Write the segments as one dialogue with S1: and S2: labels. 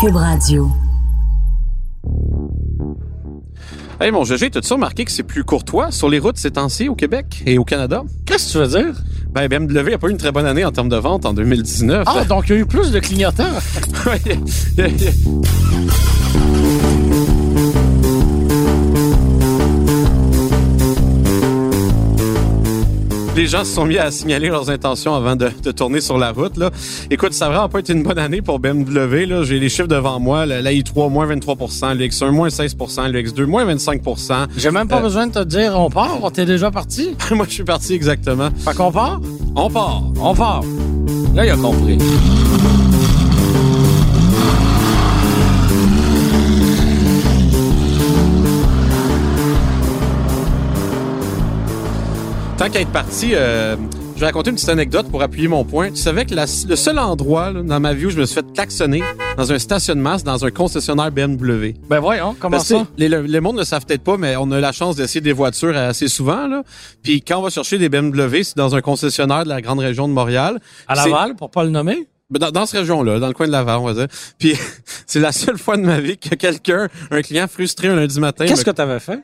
S1: Cube Radio.
S2: Hey, mon GG, t'as-tu remarqué que c'est plus courtois sur les routes ces temps-ci au Québec et au Canada?
S3: Qu'est-ce que tu veux dire?
S2: Ben, BMW a pas eu une très bonne année en termes de vente en 2019.
S3: Ah, donc il y a eu plus de clignotants.
S2: Ouais, y a- y a- y a- Les gens se sont mis à signaler leurs intentions avant de, de tourner sur la route. Là. Écoute, ça a vraiment pas été une bonne année pour BMW. Là. J'ai les chiffres devant moi. La, la i3, moins 23 le X1, moins 16 le X2, moins 25
S3: J'ai même pas
S2: Euh.
S3: besoin de te dire on part, on t'est déjà parti.
S2: Moi, je suis parti exactement.
S3: Fait qu'on part,
S2: On part.
S3: on part. Là, il a compris.
S2: Tant qu'à être parti, euh, je vais raconter une petite anecdote pour appuyer mon point. Tu savais que la- le seul endroit là, dans ma vie où je me suis fait klaxonner dans un stationnement, c'est dans un concessionnaire BMW.
S3: Ben voyons, comment
S2: Parce que
S3: ça?
S2: les, le, le monde ne le savent peut-être pas, mais on a la chance d'essayer des voitures assez souvent. Là. Puis quand on va chercher des BMW, c'est dans un concessionnaire de la grande région de Montréal.
S3: À
S2: C'est-
S3: Laval, pour pas le nommer?
S2: ben, Dans, dans cette région-là, dans le coin de Laval, on va dire. Puis c'est la seule fois de ma vie que quelqu'un, un client frustré un lundi matin, me
S3: Qu'est-ce que t'avais fait?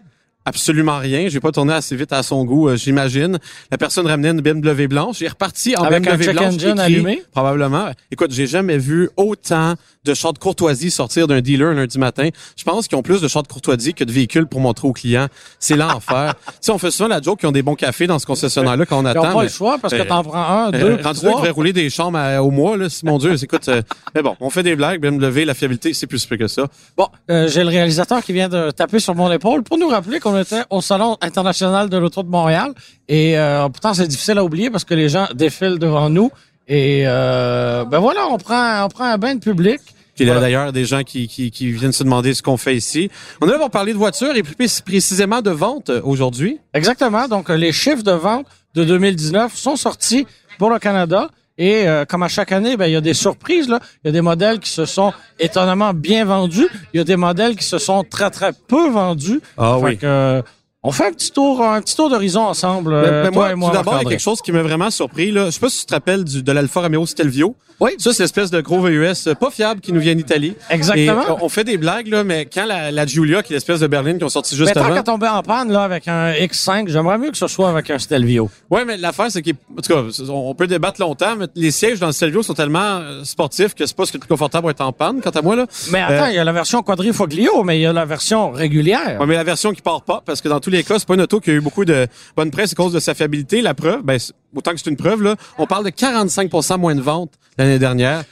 S2: Absolument rien. J'ai pas tourné assez vite à son goût, euh, j'imagine. La personne ramenait une BMW blanche. J'ai reparti en
S3: Avec un
S2: BMW
S3: check
S2: blanche.
S3: engine
S2: écrit,
S3: allumé?
S2: Probablement. Écoute, j'ai jamais vu autant de chars de courtoisie sortir d'un dealer un lundi matin. Je pense qu'ils ont plus de chars de courtoisie que de véhicules pour montrer aux clients. C'est l'enfer. tu sais, on fait souvent la joke qu'ils ont des bons cafés dans ce concessionnaire-là quand on
S3: Ils ont
S2: attend.
S3: pas
S2: mais-
S3: le choix parce que
S2: euh,
S3: t'en prends un, deux,
S2: euh, rendu
S3: puis
S2: là, il
S3: trois.
S2: devrait rouler des chambres à- au mois, là. C'est- Mon Dieu, c'est- écoute, euh, mais bon, on fait des blagues, BMW, la fiabilité, c'est plus simple que ça.
S3: Bon, euh, j'ai le réalisateur qui vient de taper sur mon épaule pour nous rappeler qu'on était au Salon international de l'Auto de Montréal. Et euh, pourtant, c'est difficile à oublier parce que les gens défilent devant nous. Et euh, ben voilà, on prend, on prend un bain de public.
S2: Puis il y a
S3: Voilà.
S2: d'ailleurs des gens qui, qui, qui viennent se demander ce qu'on fait ici. On est là pour parler de voitures et plus pré- précisément de vente euh, aujourd'hui.
S3: Exactement. Donc, euh, les chiffres de vente de 2019 sont sortis pour le Canada. Et euh, comme à chaque année, ben, il y a des surprises. Là. Il y a des modèles qui se sont étonnamment bien vendus. Il y a des modèles qui se sont très, très peu vendus.
S2: Ah
S3: Fait que, euh, on fait un petit tour, un petit tour d'horizon ensemble, euh,
S2: Ben, ben,
S3: toi
S2: moi,
S3: et moi.
S2: tout d'abord, il y a
S3: Marc-André.
S2: quelque chose qui m'a vraiment surpris. Là. Je sais pas si tu te rappelles du, de l'Alfa Romeo Stelvio.
S3: Oui.
S2: Ça, c'est l'espèce de gros VUS euh, pas fiable qui nous vient d'Italie. Et, euh,
S3: Exactement.
S2: on fait des blagues, là, mais quand la, la Giulia, qui est l'espèce de berline qui ont sorti
S3: Mais
S2: juste
S3: tant
S2: avant...
S3: qu'à tomber en panne là avec un X5, j'aimerais mieux que ce soit avec un Stelvio.
S2: Ouais, mais l'affaire, c'est qu'il... En tout cas, c'est- on on peut débattre longtemps, mais les sièges dans le Stelvio sont tellement euh, sportifs que c'est pas ce qui est le plus confortable à être en panne, quant à moi. Là.
S3: Mais attends, il y a la version quadrifoglio, mais il y a la version régulière.
S2: Ouais, mais la version qui part pas, parce que dans tous les cas, c'est pas une auto qui a eu beaucoup de bonne presse à cause de sa fiabilité. La preuve, ben, c'est- autant que c'est une preuve, là, on parle de 45 moins de ventes l'année dernière.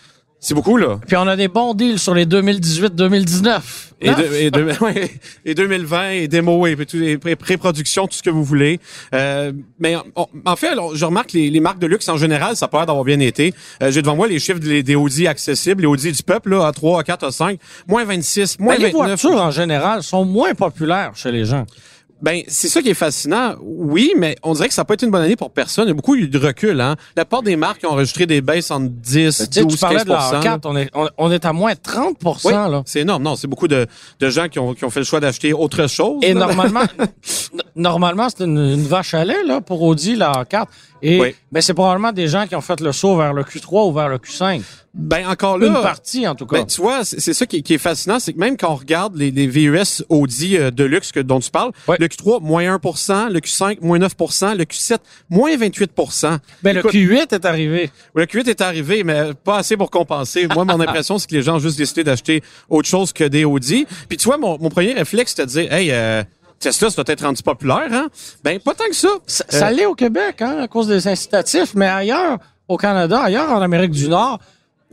S2: C'est beaucoup, là.
S3: Puis on a des bons deals sur les 2018-2019.
S2: Et,
S3: Non?
S2: de- et, de- ouais, et 2020, et démo, et, tout- et pré- pré-production, tout ce que vous voulez. Euh, mais on- en fait, alors, je remarque les, les marques de luxe en général, ça peut l'air d'avoir bien été. Euh, J'ai devant moi les chiffres des, des Audi accessibles, les Audi du peuple, là, A3, A4, A5, moins 26, moins
S3: Ben, les
S2: 29.
S3: voitures en général sont moins populaires chez les gens.
S2: Ben, c'est ça qui est fascinant. Oui, mais on dirait que ça n'a pas été une bonne année pour personne. Il y a beaucoup eu de recul, hein. La part des marques ont enregistré des baisses entre 10,
S3: Ben, Tu sais,
S2: 12,
S3: tu parlais
S2: 15
S3: de la 4, on est, on, on est à moins 30
S2: Oui,
S3: là.
S2: c'est énorme. Non, c'est beaucoup de, de gens qui ont, qui ont fait le choix d'acheter autre chose.
S3: Et
S2: là.
S3: normalement, n- normalement c'est une, une vache à lait là, pour Audi, la A4. Et
S2: Oui.
S3: ben, c'est probablement des gens qui ont fait le saut vers le Q3 ou vers le Q5.
S2: Ben, encore là.
S3: Une partie, en tout cas.
S2: Ben, tu vois, c'est c'est ça qui, qui est fascinant, c'est que même quand on regarde les, les VUS Audi euh, de luxe que, dont tu parles,
S3: Ouais.
S2: le Q3, moins 1 le Q5, moins 9 le Q7, moins 28
S3: Ben,
S2: Écoute,
S3: le Q8 est arrivé.
S2: Le Q8 est arrivé, mais pas assez pour compenser. Moi, mon impression, c'est que les gens ont juste décidé d'acheter autre chose que des Audi. Puis tu vois, mon, mon premier réflexe, c'était de dire, hey, euh, Tesla, ça doit être rendu populaire, hein? Ben, pas tant que ça. Euh,
S3: Ça, ça l'est au Québec, hein, à cause des incitatifs, mais ailleurs, au Canada, ailleurs, en Amérique du Nord,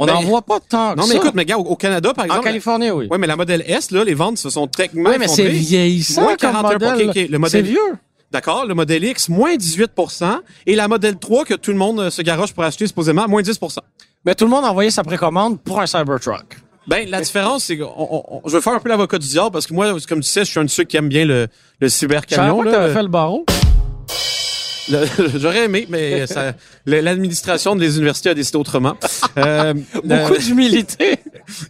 S3: on
S2: Ben,
S3: n'en voit pas tant que
S2: Non,
S3: ça.
S2: mais écoute, mais gars, au, au Canada, par
S3: en
S2: exemple.
S3: Californie, oui.
S2: Oui, mais la modèle S, là, les ventes se sont techniquement
S3: Oui, mais c'est
S2: effondrées.
S3: vieillissant
S2: Moins
S3: comme
S2: 41,
S3: modèle.
S2: ok, ok, le
S3: C'est
S2: modèle-
S3: vieux.
S2: D'accord, le modèle X, moins 18 et la modèle 3 que tout le monde euh, se garoche pour acheter supposément, moins 10
S3: Mais Ben, tout le monde a envoyé sa précommande pour un Cybertruck.
S2: Ben, la différence, c'est que je vais faire un peu l'avocat du diable parce que moi, comme tu sais, je suis un de ceux qui aime bien le, le
S3: Je savais
S2: cybercamion.
S3: pas que
S2: là.
S3: t'avais fait le barreau.
S2: Le- J'aurais aimé, mais euh, ça- le- l'administration des universités a décidé autrement. Euh,
S3: Beaucoup
S2: euh,
S3: d'humilité.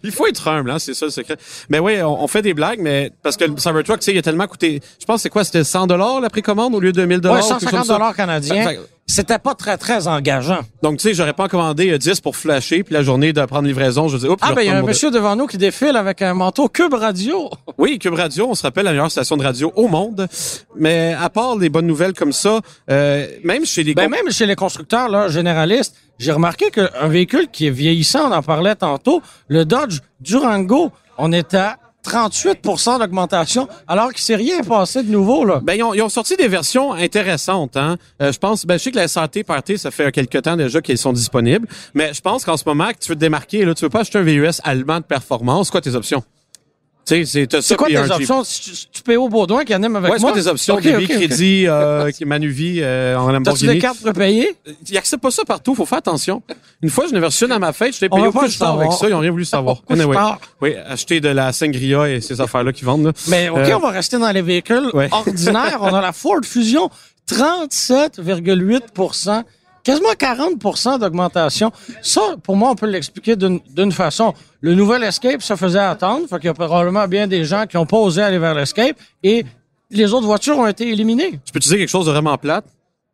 S2: il faut être humble, hein, c'est ça le secret. Mais oui, on, on fait des blagues, mais parce que le Cybertruck, tu sais, il a tellement coûté. Je pense que c'est quoi, c'était 100 dollars la précommande au lieu de 1000
S3: Ouais,
S2: dollars.
S3: 150 dollars canadiens.
S2: Fait- fait-
S3: C'était pas très, très engageant.
S2: Donc, tu sais, j'aurais pas en commandé euh, 10 pour flasher, puis la journée de prendre livraison, je dis, oups,
S3: Ah,
S2: je
S3: ben, il y a
S2: retourne
S3: un
S2: mon-
S3: monsieur devant nous qui défile avec un manteau Cube Radio.
S2: Oui, Cube Radio, on se rappelle la meilleure station de radio au monde. Mais à part les bonnes nouvelles comme ça, euh, même chez les
S3: Ben, même chez les constructeurs, là, généralistes, j'ai remarqué qu'un véhicule qui est vieillissant, on en parlait tantôt, le Dodge Durango, on est à 38 d'augmentation, alors qu'il s'est rien passé de nouveau, là.
S2: Ben, ils ont, ils ont sorti des versions intéressantes. Hein? Euh, je pense, ben, je sais que la santé party, ça fait quelques temps déjà qu'ils sont disponibles. Mais je pense qu'en ce moment, que tu veux te démarquer, là, tu veux pas acheter un VUS allemand de performance. Quoi tes options? Tu sais, c'est t'as ça
S3: C'est quoi
S2: puis
S3: tes
S2: un Jeep.
S3: options? Tu, tu payes au Baudouin qui anime avec
S2: Ouais, c'est
S3: moi?
S2: quoi tes options?
S3: Ok,
S2: Débit,
S3: ok, ok.
S2: crédit, euh, Manuvie, euh, en
S3: T'as-tu des
S2: Lamborghini.
S3: cartes prépayées?
S2: Ils acceptent pas ça partout. Faut faire attention. Une fois, je n'ai reçu une à ma fête. Je t'ai
S3: On
S2: payé
S3: veut
S2: au
S3: pas
S2: coup
S3: le
S2: de temps avec
S3: savoir.
S2: ça. Ils ont rien voulu savoir.
S3: Au coup de
S2: Anyway.
S3: temps.
S2: Oui, acheter de la sangria et ces affaires-là qu'ils vendent, là.
S3: Mais OK,
S2: Euh,
S3: on va rester dans les véhicules
S2: ouais.
S3: ordinaires. On a la Ford Fusion, 37,8 quasiment 40 d'augmentation. Ça, pour moi, on peut l'expliquer d'une d'une façon. Le nouvel Escape se faisait attendre, fait qu'il y a probablement bien des gens qui n'ont pas osé aller vers l'Escape et les autres voitures ont été éliminées.
S2: Je peux te dire quelque chose de vraiment plate?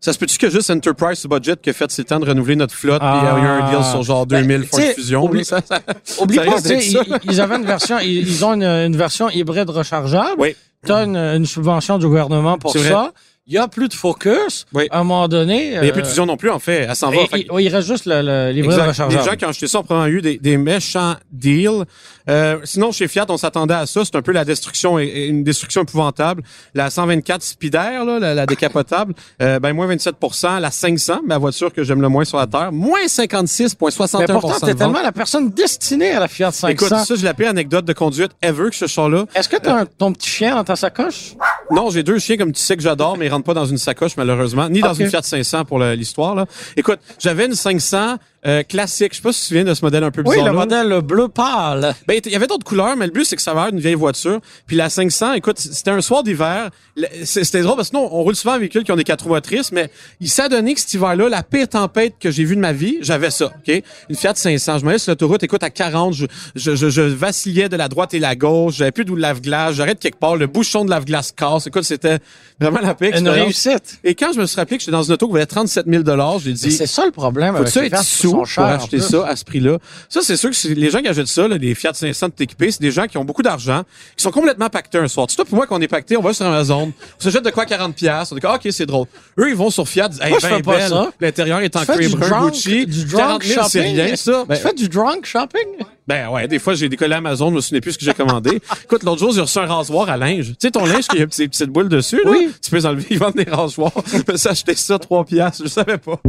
S2: Ça se peut-tu que juste Enterprise Budget qui a fait c'est le temps de renouveler notre flotte et il y a eu un
S3: Ah.
S2: deal sur genre 2000
S3: Ben,
S2: Ford
S3: tu sais,
S2: Fusion?
S3: oublie-
S2: là, ça- ça-
S3: Oublie
S2: ça
S3: pas,
S2: risque
S3: tu sais,
S2: d'être ça.
S3: ils, ils avaient une version, ils, ils ont une, une version hybride rechargeable.
S2: Oui.
S3: Tu as une, une subvention du gouvernement pour
S2: C'est vrai.
S3: ça. Il n'y a plus de focus.
S2: Oui.
S3: À un moment donné.
S2: Mais Il n'y a plus de
S3: euh,
S2: fusion non plus, en fait. Elle s'en va.
S3: Et-
S2: Fait
S3: et- oui, il reste juste le, le, les
S2: que-
S3: vrais
S2: exact. Les gens
S3: rechargeables.
S2: qui ont acheté ça ont probablement eu des, des méchants deals. Euh, sinon, chez Fiat, on s'attendait à ça. C'est un peu la destruction, et- et une destruction épouvantable. La 124 Spider, là, la, la décapotable, euh, ben, moins 27 La 500, ma voiture que j'aime le moins sur la Terre, moins 56,61
S3: Mais pourtant,
S2: de
S3: t'es
S2: vente.
S3: tellement la personne destinée à la Fiat 500.
S2: Écoute, ça, je l'appelle anecdote de conduite ever que ce char-là.
S3: Est-ce que t'as un- ton petit chien dans ta sacoche?
S2: Non, j'ai deux chiens comme tu sais que j'adore, mais ils rentrent pas dans une sacoche malheureusement, ni dans
S3: Ok.
S2: une Fiat 500 pour la- l'histoire. là. Écoute, j'avais une 500 euh, classique. Je sais pas si tu te souviens de ce modèle un peu
S3: Oui,
S2: bizarre.
S3: le modèle bleu pâle.
S2: Ben, il y avait d'autres couleurs, mais le but c'est que ça va être une vieille voiture. Puis la 500, écoute, c'était un soir d'hiver. Le- c'est- C'était drôle parce que nous, on roule souvent en véhicule qui ont des quatre roues motrices, mais il s'est donné que cet hiver-là, la pire tempête que j'ai vue de ma vie, j'avais ça. Ok, une Fiat 500. Je me mets sur l'autoroute, écoute, à 40, je, je, je, je vacillais de la droite et la gauche. J'avais plus de lave-glace. J'arrête quelque part. Le bouchon de lave-glace casse. Écoute, c'était vraiment la pire
S3: Une
S2: expérience.
S3: réussite.
S2: Et quand je me suis rappelé que j'étais dans une auto qui valait 37 000 j'ai
S3: Mais
S2: dit,
S3: C'est ça le problème avec
S2: faut-tu
S3: les Fiat,
S2: être
S3: ils sont
S2: sous pour
S3: chers, en
S2: acheter
S3: plus.
S2: ça à ce prix-là? Ça, c'est sûr que c'est- les gens qui achètent ça, là, les Fiat 500 tout équipés, c'est des gens qui ont beaucoup d'argent, qui sont complètement pactés un soir. Tu sais, toi, pour moi, qu'on est pacté, on va sur Amazon, on se jette de quoi 40 piastes, on dit, ah, OK, c'est drôle. Eux, ils vont sur Fiat, disent, hey,
S3: Moi, je fais
S2: ben
S3: pas
S2: belle,
S3: ça.
S2: l'intérieur est en
S3: Tu fais
S2: cuir
S3: du
S2: brun
S3: drunk,
S2: Gucci,
S3: du drunk
S2: 40 000, c'est
S3: shopping.
S2: rien, ça. Ben,
S3: tu fais du drunk shopping?
S2: ben ouais, des fois, j'ai décollé Amazon, je me souviens plus ce que j'ai commandé. Écoute, l'autre jour, j'ai reçu un rasoir à linge. Tu sais, ton linge qui a des petites boules dessus, là,
S3: Oui.
S2: tu peux les enlever, ils vendent des rasoirs. Je me suis acheté ça, 3 piastres, je savais pas.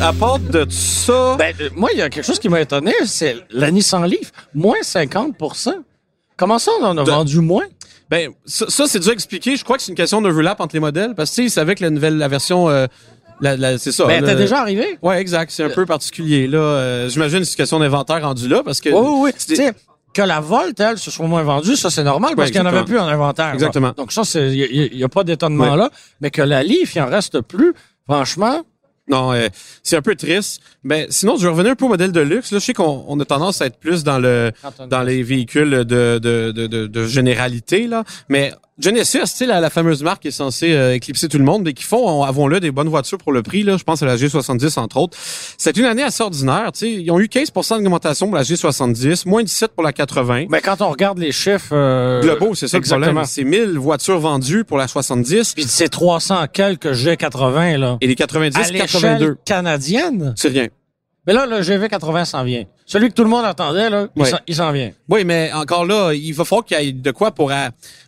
S2: À part de ça...
S3: Ben, euh, moi, il y a quelque chose qui m'a étonné, c'est la Nissan Leaf, moins 50 Comment ça, on en a
S2: De-
S3: vendu moins?
S2: Ben, ça, ça, c'est dur à expliquer. Je crois que c'est une question d'overlap entre les modèles, parce que, tu sais, ils savaient que la nouvelle, la version... euh, la- la- c'est ça.
S3: Ben,
S2: là.
S3: t'es déjà arrivé?
S2: Ouais, exact. C'est un peu particulier, là. Euh, J'imagine une situation d'inventaire rendue là, parce que...
S3: Oui, oui, oui.
S2: c'est-
S3: Tu sais, que la Volt, elle, se soit moins vendue, ça, c'est normal parce
S2: Ouais,
S3: qu'il n'y en avait plus
S2: exactement.
S3: en inventaire. là.
S2: Exactement.
S3: Donc, ça, c'est- il n'y a, pas d'étonnement là. Mais que la Leaf, il en reste plus. Franchement,
S2: Non, euh, c'est un peu triste. Mais sinon, je vais revenir un peu au modèle de luxe. Là, je sais qu'on on a tendance à être plus dans le dans les véhicules de, de, de, de, de généralité, là. Mais Genesis, tu sais, la, la fameuse marque qui est censée euh, éclipser tout le monde, mais qui font, on- avons-le, des bonnes voitures pour le prix, là. Je pense à la G70, entre autres. C'est une année assez ordinaire, tu sais. Ils ont eu 15 d'augmentation pour la G70, moins 17 pour la 80.
S3: mais quand on regarde les chiffres... euh,
S2: Globo, c'est ça
S3: Ben, exactement.
S2: le problème. C'est 1000 voitures vendues pour la 70.
S3: Puis c'est 300 quelques G80, là.
S2: Et les 90,
S3: à l'échelle
S2: 82.
S3: canadienne.
S2: C'est rien.
S3: Mais là, le GV80 s'en vient. Celui que tout le monde attendait, là, il
S2: Ouais.
S3: s'en- il s'en vient.
S2: Oui, mais encore là, il va falloir qu'il y ait de quoi pour... euh,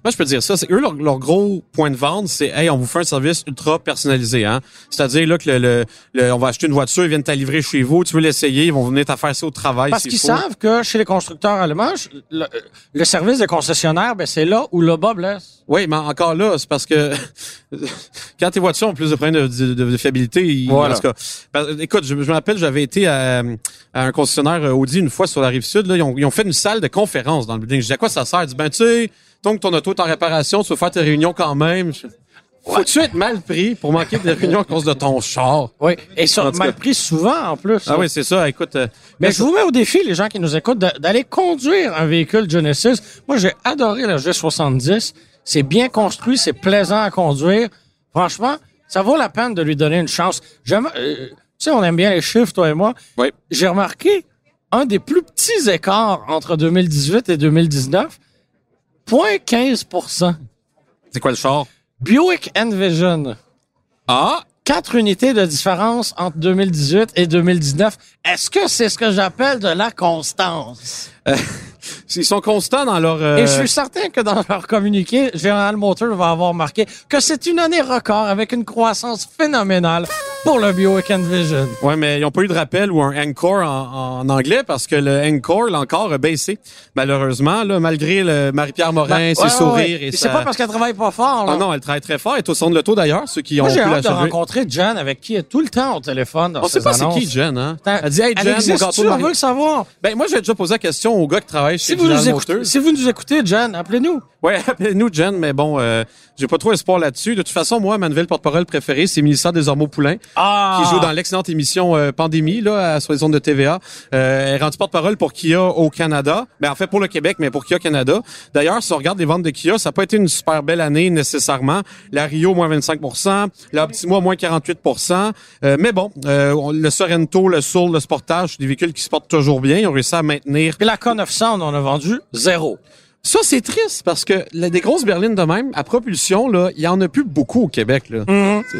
S2: Moi, je peux dire ça. C'est eux, leur, leur gros point de vente, c'est hey, on vous fait un service ultra personnalisé. Hein? C'est-à-dire là que le, le- le- on va acheter une voiture, ils viennent te la livrer chez vous, tu veux l'essayer, ils vont venir t'en faire ça au travail.
S3: Parce
S2: s'il
S3: qu'ils
S2: faut.
S3: savent que chez les constructeurs allemands, le, le service des concessionnaires, ben, c'est là où le bas blesse.
S2: Oui, mais encore là, c'est parce que quand tes voitures ont plus de problèmes de, de, de- de fiabilité, ils-
S3: Voilà.
S2: en tout cas. Parce- écoute, je, je me rappelle, j'avais été à, à un concessionnaire euh, Audi une fois sur la rive sud. Là, ils, ont, ils ont fait une salle de conférence dans le building. Je dis à quoi ça sert? Ils disent, ben tu sais, tant que ton auto est en réparation, tu peux faire tes réunions quand même. Je- Faut-tu être mal pris pour manquer de réunions à cause de ton char?
S3: Oui. Et ça,
S2: En tout
S3: mal
S2: cas.
S3: pris souvent, en plus.
S2: Ah oui, c'est ça. Écoute, euh,
S3: Mais je vous mets au défi, les gens qui nous écoutent, de- d'aller conduire un véhicule Genesis. Moi, j'ai adoré la G70. C'est bien construit, c'est plaisant à conduire. Franchement, ça vaut la peine de lui donner une chance. J'aime- euh, tu sais, on aime bien les chiffres, toi et moi.
S2: Oui.
S3: J'ai remarqué un des plus petits écarts entre 2018 et 2019, 0.15
S2: C'est quoi le char?
S3: Buick Envision.
S2: Ah!
S3: Quatre unités de différence entre 2018 et 2019. Est-ce que c'est ce que j'appelle de la constance?
S2: Ils sont constants dans leur... euh,
S3: Et je suis certain que dans leur communiqué, General Motors va avoir marqué que c'est une année record avec une croissance phénoménale pour le Buick Envision.
S2: Ouais, mais ils n'ont pas eu de rappel ou un encore en, en anglais parce que le encore, l'encore a baissé, malheureusement, là, malgré le Marie-Pierre Morin,
S3: Ben,
S2: ses
S3: ouais, ouais,
S2: sourires
S3: ouais.
S2: et
S3: Puis
S2: sa...
S3: C'est pas parce qu'elle travaille pas fort. là.
S2: Ah non, elle travaille très fort. Elle est au centre de l'auto, d'ailleurs, ceux qui ont
S3: Moi, j'ai
S2: pu
S3: hâte
S2: la
S3: de
S2: changer.
S3: rencontrer Jen, avec qui elle est tout le temps au téléphone. dans
S2: On sait
S3: ses
S2: pas c'est
S3: annonces.
S2: qui, Jen, hein?
S3: Attends,
S2: Elle dit, hey,
S3: elle
S2: Jen, mon
S3: existe-tu?
S2: gâteau de
S3: on veut
S2: Marie-
S3: le savoir.
S2: Ben, moi, j'ai déjà posé la question au gars qui travaille chez
S3: Si vous, nous
S2: General
S3: écoutez,
S2: Motors.
S3: si vous nous écoutez, Jen, appelez-nous.
S2: Ouais, appelez-nous, Jen, mais bon, euh, j'ai pas trop espoir là-dessus. De toute façon, moi, ma nouvelle porte-parole préférée, c'est Mélissa Desormeaux-Poulain.
S3: Ah!
S2: qui joue dans l'excellente émission euh, Pandémie là à, sur les ondes de TVA. Euh, elle est rendue porte-parole pour Kia au Canada. Ben en fait pour le Québec, mais pour Kia Canada. D'ailleurs, si on regarde les ventes de Kia, ça n'a pas été une super belle année nécessairement. La Rio moins 25%, la Optima moins 48%. Euh, mais bon, euh, on- le Sorento, le Soul, le Sportage, c'est des véhicules qui se portent toujours bien. Ils ont réussi à maintenir.
S3: Puis la K900, on en a vendu zéro.
S2: Ça c'est triste parce que là, des grosses berlines de même à propulsion là, il y en a plus beaucoup au Québec là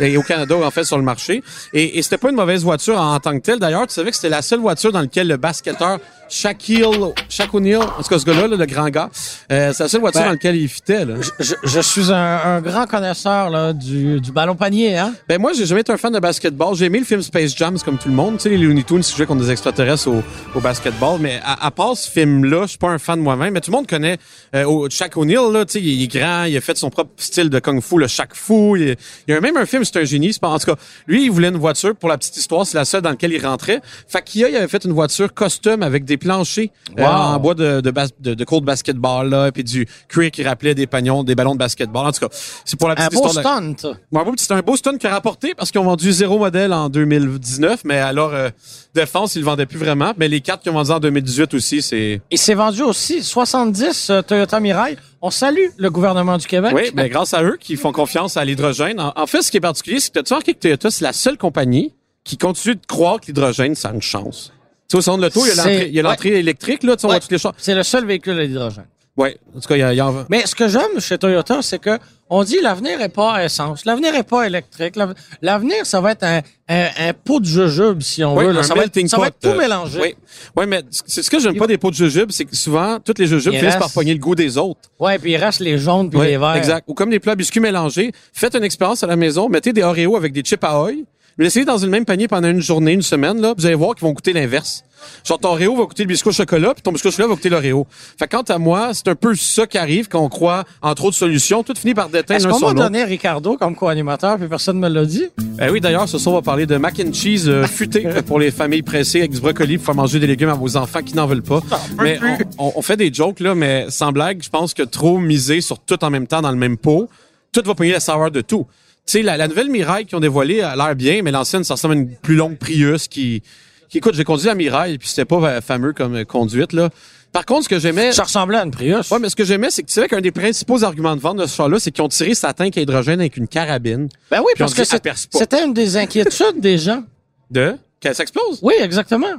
S2: et au Canada en fait sur le marché et, et c'était pas une mauvaise voiture en, en tant que telle d'ailleurs tu savais que c'était la seule voiture dans laquelle le basketteur Shaquille Shaq O'Neal en tout cas ce gars-là là, le grand gars euh, c'est la seule voiture
S3: Ben,
S2: dans laquelle il fitait là.
S3: Je, je suis un, un grand connaisseur là, du, du ballon panier, hein?
S2: ben moi j'ai jamais été un fan de basketball j'ai aimé le film Space Jam c'est comme tout le monde tu sais les Looney Tunes qui jouaient contre des extraterrestres au, au basketball mais à, à part ce film-là je suis pas un fan moi-même mais tout le monde connaît euh, au- Shaq O'Neal là tu sais il est grand il a fait son propre style de kung fu le Shaq Fu il, il y a même un film c'est un génie c'est pas- en tout cas lui il voulait une voiture pour la petite histoire c'est la seule dans laquelle il rentrait fait qu'IA, il avait fait une voiture custom avec des planchers euh,
S3: Wow.
S2: en bois de de, bas, de, de court de basketball là puis du cuir qui rappelait des pagnons des ballons de basketball en tout cas c'est pour la petite
S3: Un beau
S2: histoire de-
S3: stunt.
S2: Bon, un beau- c'est un beau stun qui a rapporté parce qu'ils ont vendu zéro modèle en 2019, mais alors euh, défense, ils le vendaient plus vraiment. Mais les quatre qu'ils ont vendus en 2018 aussi, c'est.
S3: Il s'est vendu aussi 70 euh, Toyota Mirai. On salue le gouvernement du Québec.
S2: Oui, mais grâce à eux qui font confiance à l'hydrogène. En, en fait, ce qui est particulier, c'est que tu remarqué que Toyota, c'est la seule compagnie qui continue de croire que l'hydrogène, ça a une chance. Tu sais, au salon de l'auto, il y a l'entrée-
S3: C'est-
S2: il y a l'entrée électrique, là, tu sais, on
S3: Ouais.
S2: voit toutes les choses.
S3: C'est le seul véhicule à l'hydrogène.
S2: Ouais, en tout cas, il y, a- il y en a.
S3: Mais ce que j'aime chez Toyota, c'est que on dit l'avenir est pas à essence, l'avenir est pas électrique, l'av- l'avenir ça va être un, un- un pot de jujube si on
S2: Oui,
S3: veut, là.
S2: un
S3: ça, va
S2: melting
S3: être, ça va
S2: pot,
S3: être tout
S2: euh,
S3: mélangé.
S2: Oui, Ouais, mais c'est ce que j'aime pas des pots de jujube, c'est que souvent, toutes les jujubes
S3: Il
S2: finissent par
S3: reste-
S2: pogner le goût des autres.
S3: Ouais, puis il reste les jaunes puis
S2: Ouais,
S3: les verts.
S2: Exact. Ou comme des plats à biscuits mélangés. Faites une expérience à la maison. Mettez des Oreos avec des chips à oeil. Laissez dans le même panier pendant une journée, une semaine, là, puis vous allez voir qu'ils vont goûter l'inverse. Genre, ton Oreo va goûter le biscuit au chocolat, puis ton biscuit au chocolat va goûter l'Oreo. Fait que quant à moi, c'est un peu ça qui arrive quand on croit en trop de solutions. Tout finit par déteindre
S3: Est-ce
S2: l'un
S3: qu'on
S2: sur
S3: m'a
S2: l'autre.
S3: donné Ricardo comme co-animateur puis personne me l'a dit?
S2: Eh oui, d'ailleurs, ce soir, on va parler de mac and cheese euh, futé euh, pour les familles pressées avec du brocoli pour faire manger des légumes à vos enfants qui n'en veulent pas. Mais on, on- on fait des jokes, là, mais sans blague, je pense que trop miser sur tout en même temps dans le même pot, tout va payer la saveur de tout. Tu sais, la, la nouvelle Miraille qu'ils ont dévoilée a l'air bien, mais l'ancienne, ça ressemble à une plus longue Prius qui... qui écoute, j'ai conduit la Miraille, puis c'était pas euh, fameux comme euh, conduite, là. Par contre, ce que j'aimais...
S3: Ça ressemblait à une Prius.
S2: Ouais, mais ce que j'aimais, c'est que tu savais qu'un des principaux arguments de vente de ce char-là, c'est qu'ils ont tiré sa tank à hydrogène avec une carabine.
S3: Ben oui,
S2: Puis on
S3: parce que
S2: dit,
S3: c'est-
S2: elle perce pas.
S3: c'était une des inquiétudes des gens.
S2: De? Qu'elle s'explose?
S3: Oui, exactement.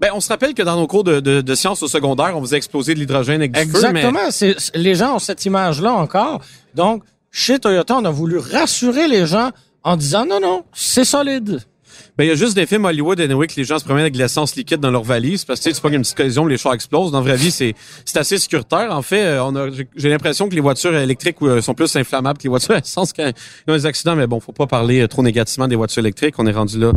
S2: Ben, on se rappelle que dans nos cours de, de, de sciences au secondaire, on faisait exploser de l'hydrogène avec du feu, mais...
S3: Exactement. C'est- c'est- les gens ont cette image-là encore. Donc, chez Toyota, on a voulu rassurer les gens en disant non, non, c'est solide.
S2: Ben, il y a juste des films Hollywood, anyway, que les gens se promènent avec de l'essence liquide dans leur valise, parce que tu sais, c'est pas une petite collision, les chars explosent. Dans la vraie vie, c'est, c'est assez sécuritaire. En fait, euh, on a, j'ai- j'ai l'impression que les voitures électriques euh, sont plus inflammables que les voitures à essence quand il y a des accidents, mais bon, faut pas parler euh, trop négativement des voitures électriques, on est rendu là.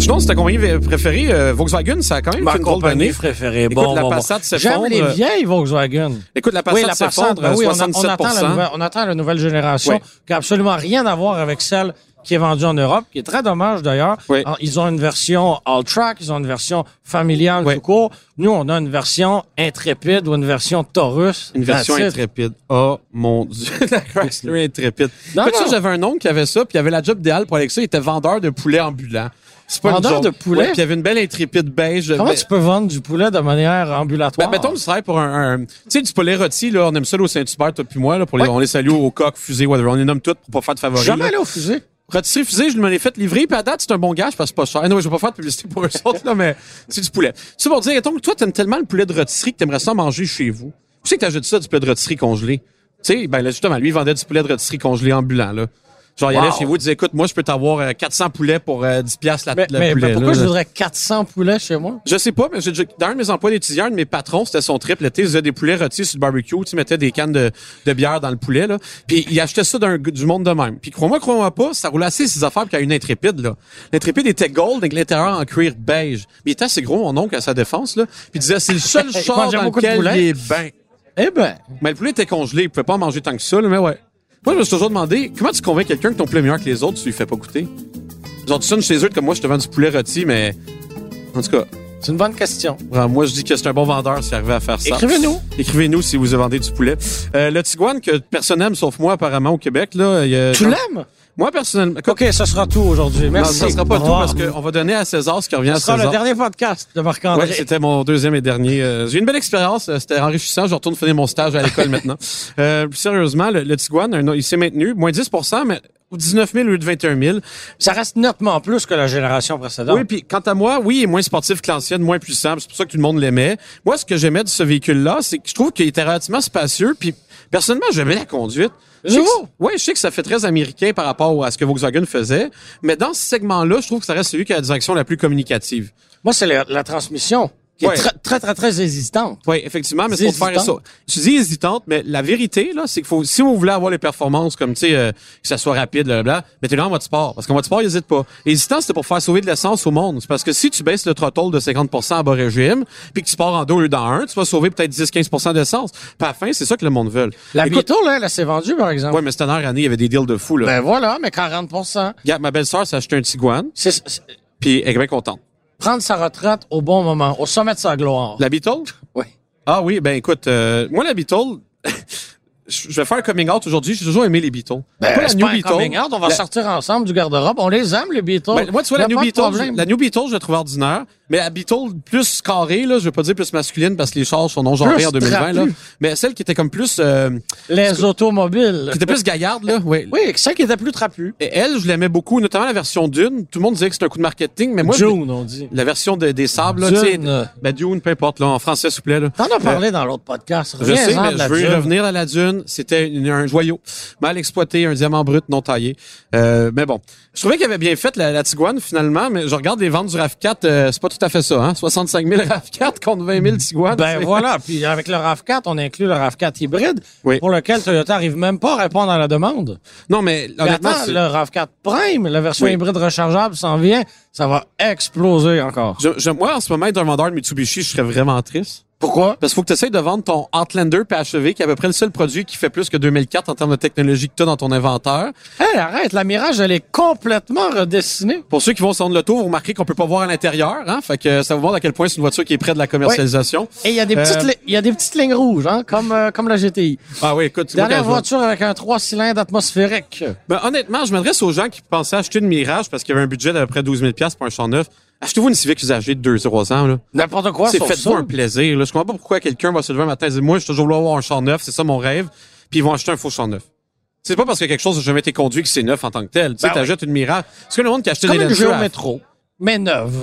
S2: Sinon, c'est ta compagnie préférée, euh, Volkswagen, ça a quand même fait une drôle d'année.
S3: préférée.
S2: Écoute, la Passat euh, s'effondre.
S3: J'aime les vieilles Volkswagen.
S2: Écoute, la Passat
S3: oui, la Passat,
S2: s'effondre,
S3: ben oui, on, a- on
S2: 67%.
S3: attend la nouvelle, on attend la nouvelle génération
S2: Oui.
S3: qui a absolument rien à voir avec celle qui est vendue en Europe, qui est très dommage d'ailleurs.
S2: Oui.
S3: Alors, Ils ont une version all-track, ils ont une version familiale
S2: Oui.
S3: tout court. Nous, on a une version intrépide ou une version Taurus.
S2: Une version
S3: That's it.
S2: intrépide. Oh mon dieu, la Chrysler intrépide.
S3: Non,
S2: Fait que
S3: non.
S2: ça, j'avais un oncle qui avait ça, puis il avait la job idéale pour Alexa, il était vendeur de poulet ambulant. C'est pas une
S3: Vendeur
S2: joke.
S3: de poulet?
S2: Ouais, puis il avait une belle intrépide beige.
S3: Comment
S2: Mais-
S3: tu peux vendre du poulet de manière
S2: Ben,
S3: ambulatoire?
S2: mettons, que tu travailles pour un, un- tu sais, du poulet rôti, là, on aime ça, là, au Saint-Hubert, toi puis moi, là, pour les,
S3: Ouais.
S2: on les salue au coq, fusée, whatever, on les nomme toutes pour pas faire de favoris.
S3: Jamais
S2: là.
S3: allé au fusée.
S2: Rotisserie fusée, je me l'ai fait livrer, puis à date, c'est un bon gage parce que c'est pas cher. Ah Non, je vais pas faire de publicité pour eux autres, là, mais c'est du poulet. C'est pour dire, donc, toi, t'aimes tellement le poulet de rôtisserie que t'aimerais ça en manger chez vous. Où c'est que t'ajoutes ça, du poulet de rôtisserie congelé? Tu sais, ben là, justement, lui, il vendait du poulet de rôtisserie congelé ambulant, là. Genre, il
S3: Wow.
S2: allait chez vous, il disait, écoute, moi, je peux t'avoir euh, 400 poulets pour euh, 10 piastres la,
S3: Mais,
S2: le
S3: mais-
S2: poulet.
S3: mais pourquoi
S2: là,
S3: je
S2: là.
S3: voudrais 400 poulets chez moi?
S2: Je sais pas, mais j'ai déjà- dans un de mes emplois d'étudiant, un de mes patrons, c'était son trip. L'été, ils faisaient des poulets rôtis sur le barbecue. Tu mettais des cannes de, de bière dans le poulet, là. Puis il achetait ça d'un, du monde de même. Puis crois-moi, crois-moi pas, ça roulait assez ses affaires puis qu'il y a une intrépide, là. L'intrépide était gold avec l'intérieur en cuir beige. Mais il était assez gros, mon oncle, à sa défense, là. Puis il disait, c'est le seul
S3: Il
S2: char
S3: mangeait
S2: dans
S3: beaucoup de
S2: lequel
S3: poulet.
S2: il est bien.
S3: Eh ben,
S2: Mais le poulet était congelé. Il pouvait pas en manger tant que ça, là, mais ouais. Moi, je me suis toujours demandé, comment tu convaincs quelqu'un que ton poulet est meilleur que les autres, tu lui fais pas goûter? Genre, tu sonnes chez eux comme moi, je te vends du poulet rôti, mais, en tout cas.
S3: c'est une bonne question.
S2: Vraiment, moi, je dis que c'est un bon vendeur s'il arrivait à faire ça.
S3: Écrivez-nous.
S2: Écrivez-nous si vous vendez du poulet. Euh, le Tiguan que personne n'aime, sauf moi, apparemment, au Québec, là. il y a-
S3: Tu l'aimes?
S2: Moi, personnellement. écoute,
S3: OK, ce sera tout aujourd'hui.
S2: non,
S3: Merci.
S2: ça sera
S3: Au
S2: pas tout
S3: revoir.
S2: parce qu'on va donner à César ce qui revient
S3: Ce
S2: à
S3: sera le
S2: César.
S3: dernier podcast de
S2: Ouais,
S3: Marc-André.
S2: c'était mon deuxième et dernier. Euh, J'ai eu une belle expérience, euh, c'était enrichissant. Je retourne finir mon stage à l'école maintenant. Euh, plus sérieusement, le, le Tiguan, un- il s'est maintenu, moins 10 mais 19 000 au lieu de 21 000.
S3: ça reste nettement plus que la génération précédente.
S2: Oui, puis quant à moi, oui, il est moins sportif que l'ancienne, moins puissant. puis C'est pour ça que tout le monde l'aimait. Moi, ce que j'aimais de ce véhicule-là, c'est que je trouve qu'il était relativement spacieux. Puis, personnellement, j'aimais la conduite. Je sais que-
S3: Nouveau.
S2: ouais, je sais que ça fait très américain par rapport à ce que Volkswagen faisait. Mais dans ce segment-là, je trouve que ça reste celui qui a la direction la plus communicative.
S3: Moi, c'est la, la transmission qui
S2: Ouais.
S3: est très, très, très, très hésitante.
S2: Oui, effectivement, mais c'est pour
S3: C'est
S2: faire ça.
S3: hésitant.
S2: Tu dis hésitante, mais la vérité, là, c'est qu'il faut, si vous voulez avoir les performances comme, tu sais, euh, que ça soit rapide, blablabla, mettez-le en mode sport. Parce qu'en mode sport, ils n'hésitent pas. Hésitant, c'est pour faire sauver de l'essence au monde. C'est parce que si tu baisses le throttle de 50 à bas régime, puis que tu pars en deux au lieu dans un, tu vas sauver peut-être 10-15 d'essence. Puis à la fin, c'est ça que le monde veut.
S3: La
S2: Écoute,
S3: Vito, là, elle s'est vendue, par exemple.
S2: ouais, mais cette dernière année, il y avait des deals de fou, là.
S3: Ben voilà, mais 40
S2: Regarde, ma belle-sœur s'est acheté un Tiguan,
S3: c'est, c'est-
S2: puis elle est bien contente.
S3: prendre sa retraite au bon moment, au sommet de sa gloire.
S2: La Beetle?
S3: Oui.
S2: Ah oui, ben écoute, euh, moi la Beatle, je je vais faire un coming out aujourd'hui, j'ai toujours aimé les Beatles.
S3: Ben,
S2: Pas la
S3: c'est
S2: New
S3: pas un
S2: Beatle.
S3: coming out, on va
S2: La-
S3: sortir ensemble du garde-robe. On les aime, les Beatles.
S2: ben, moi, tu vois,
S3: Y a
S2: la New,
S3: pas de
S2: Beatle,
S3: problème.
S2: je- la New Beatle, je la trouve ordinaire. Mais la Beatle, plus carrée, là, je veux pas dire plus masculine parce que les chars sont non-genrés
S3: Plus
S2: en 2020, là.
S3: trapue.
S2: Mais celle qui était comme plus, euh, qui
S3: Les automobiles.
S2: était plus gaillarde, là, ouais.
S3: Oui, c'est ça qui était plus trapu.
S2: Et elle, je l'aimais beaucoup, notamment la version d'une. Tout le monde disait que c'était un coup de marketing, mais moi, je-
S3: June, on dit.
S2: la version de- des sables, là, tu sais.
S3: Dune.
S2: Ben, Dune, peu importe, là, en français, s'il vous plaît, là.
S3: T'en as parlé dans l'autre podcast.
S2: Je sais,
S3: Reviens-en
S2: mais
S3: de la
S2: je veux y
S3: Dune.
S2: revenir à la dune. C'était une- un joyau. Mal exploité, un diamant brut non taillé. Euh, mais bon. Je trouvais qu'il avait bien fait la, la Tiguan, finalement, mais je regarde les ventes du RAV4, euh, c'est pas tout à fait ça, hein. 65 000 RAV4 contre 20 000 Tiguan.
S3: Ben
S2: c'est-
S3: voilà, puis avec le RAV4, on inclut le RAV4 hybride,
S2: Oui.
S3: pour lequel Toyota arrive même pas à répondre à la demande.
S2: Non, mais
S3: Puis
S2: honnêtement,
S3: attends,
S2: c'est-
S3: le RAV4 Prime, la version
S2: Oui.
S3: hybride rechargeable s'en vient, ça va exploser encore.
S2: je- je- moi, en ce moment, être un vendeur de Mitsubishi, je serais vraiment triste.
S3: Pourquoi?
S2: Parce qu'il faut que tu essaies de vendre ton Outlander PHEV, qui est à peu près le seul produit qui fait plus que 2004 en termes de technologie que tu as dans ton inventaire.
S3: Hey, arrête, la Mirage, elle est complètement redessinée.
S2: Pour ceux qui vont sur le tour, vous remarquerez qu'on peut pas voir à l'intérieur, hein. Fait que ça vous montre à quel point c'est une voiture qui est près de la commercialisation.
S3: Et il y a des petites,
S2: Euh,
S3: li- il y a des petites lignes rouges, hein, comme, euh, comme la GTI.
S2: Ah oui, écoute, moi,
S3: Dernière
S2: quand je vois-
S3: voiture avec un 3 cylindres atmosphérique.
S2: Ben, honnêtement, je m'adresse aux gens qui pensaient acheter une Mirage parce qu'il y avait un budget d'à peu près 12 000 pour un champ neuf. Achetez-vous une Civic usagée de 2 3 ans. Là.
S3: N'importe quoi,
S2: c'est
S3: sauf
S2: faites-vous
S3: ça.
S2: un plaisir. Là. Je comprends pas pourquoi quelqu'un va se lever un matin et dire « Moi, je toujours voulu avoir un champ neuf, c'est ça mon rêve. » Puis ils vont acheter un faux champ neuf. C'est pas parce que quelque chose n'a jamais été conduit que c'est neuf en tant que tel. Tu sais,
S3: Ben
S2: t'achètes une Mirage. Est-ce que le monde qui a acheté
S3: Comme
S2: des
S3: une
S2: Land Rover-
S3: géométro, mais neuve.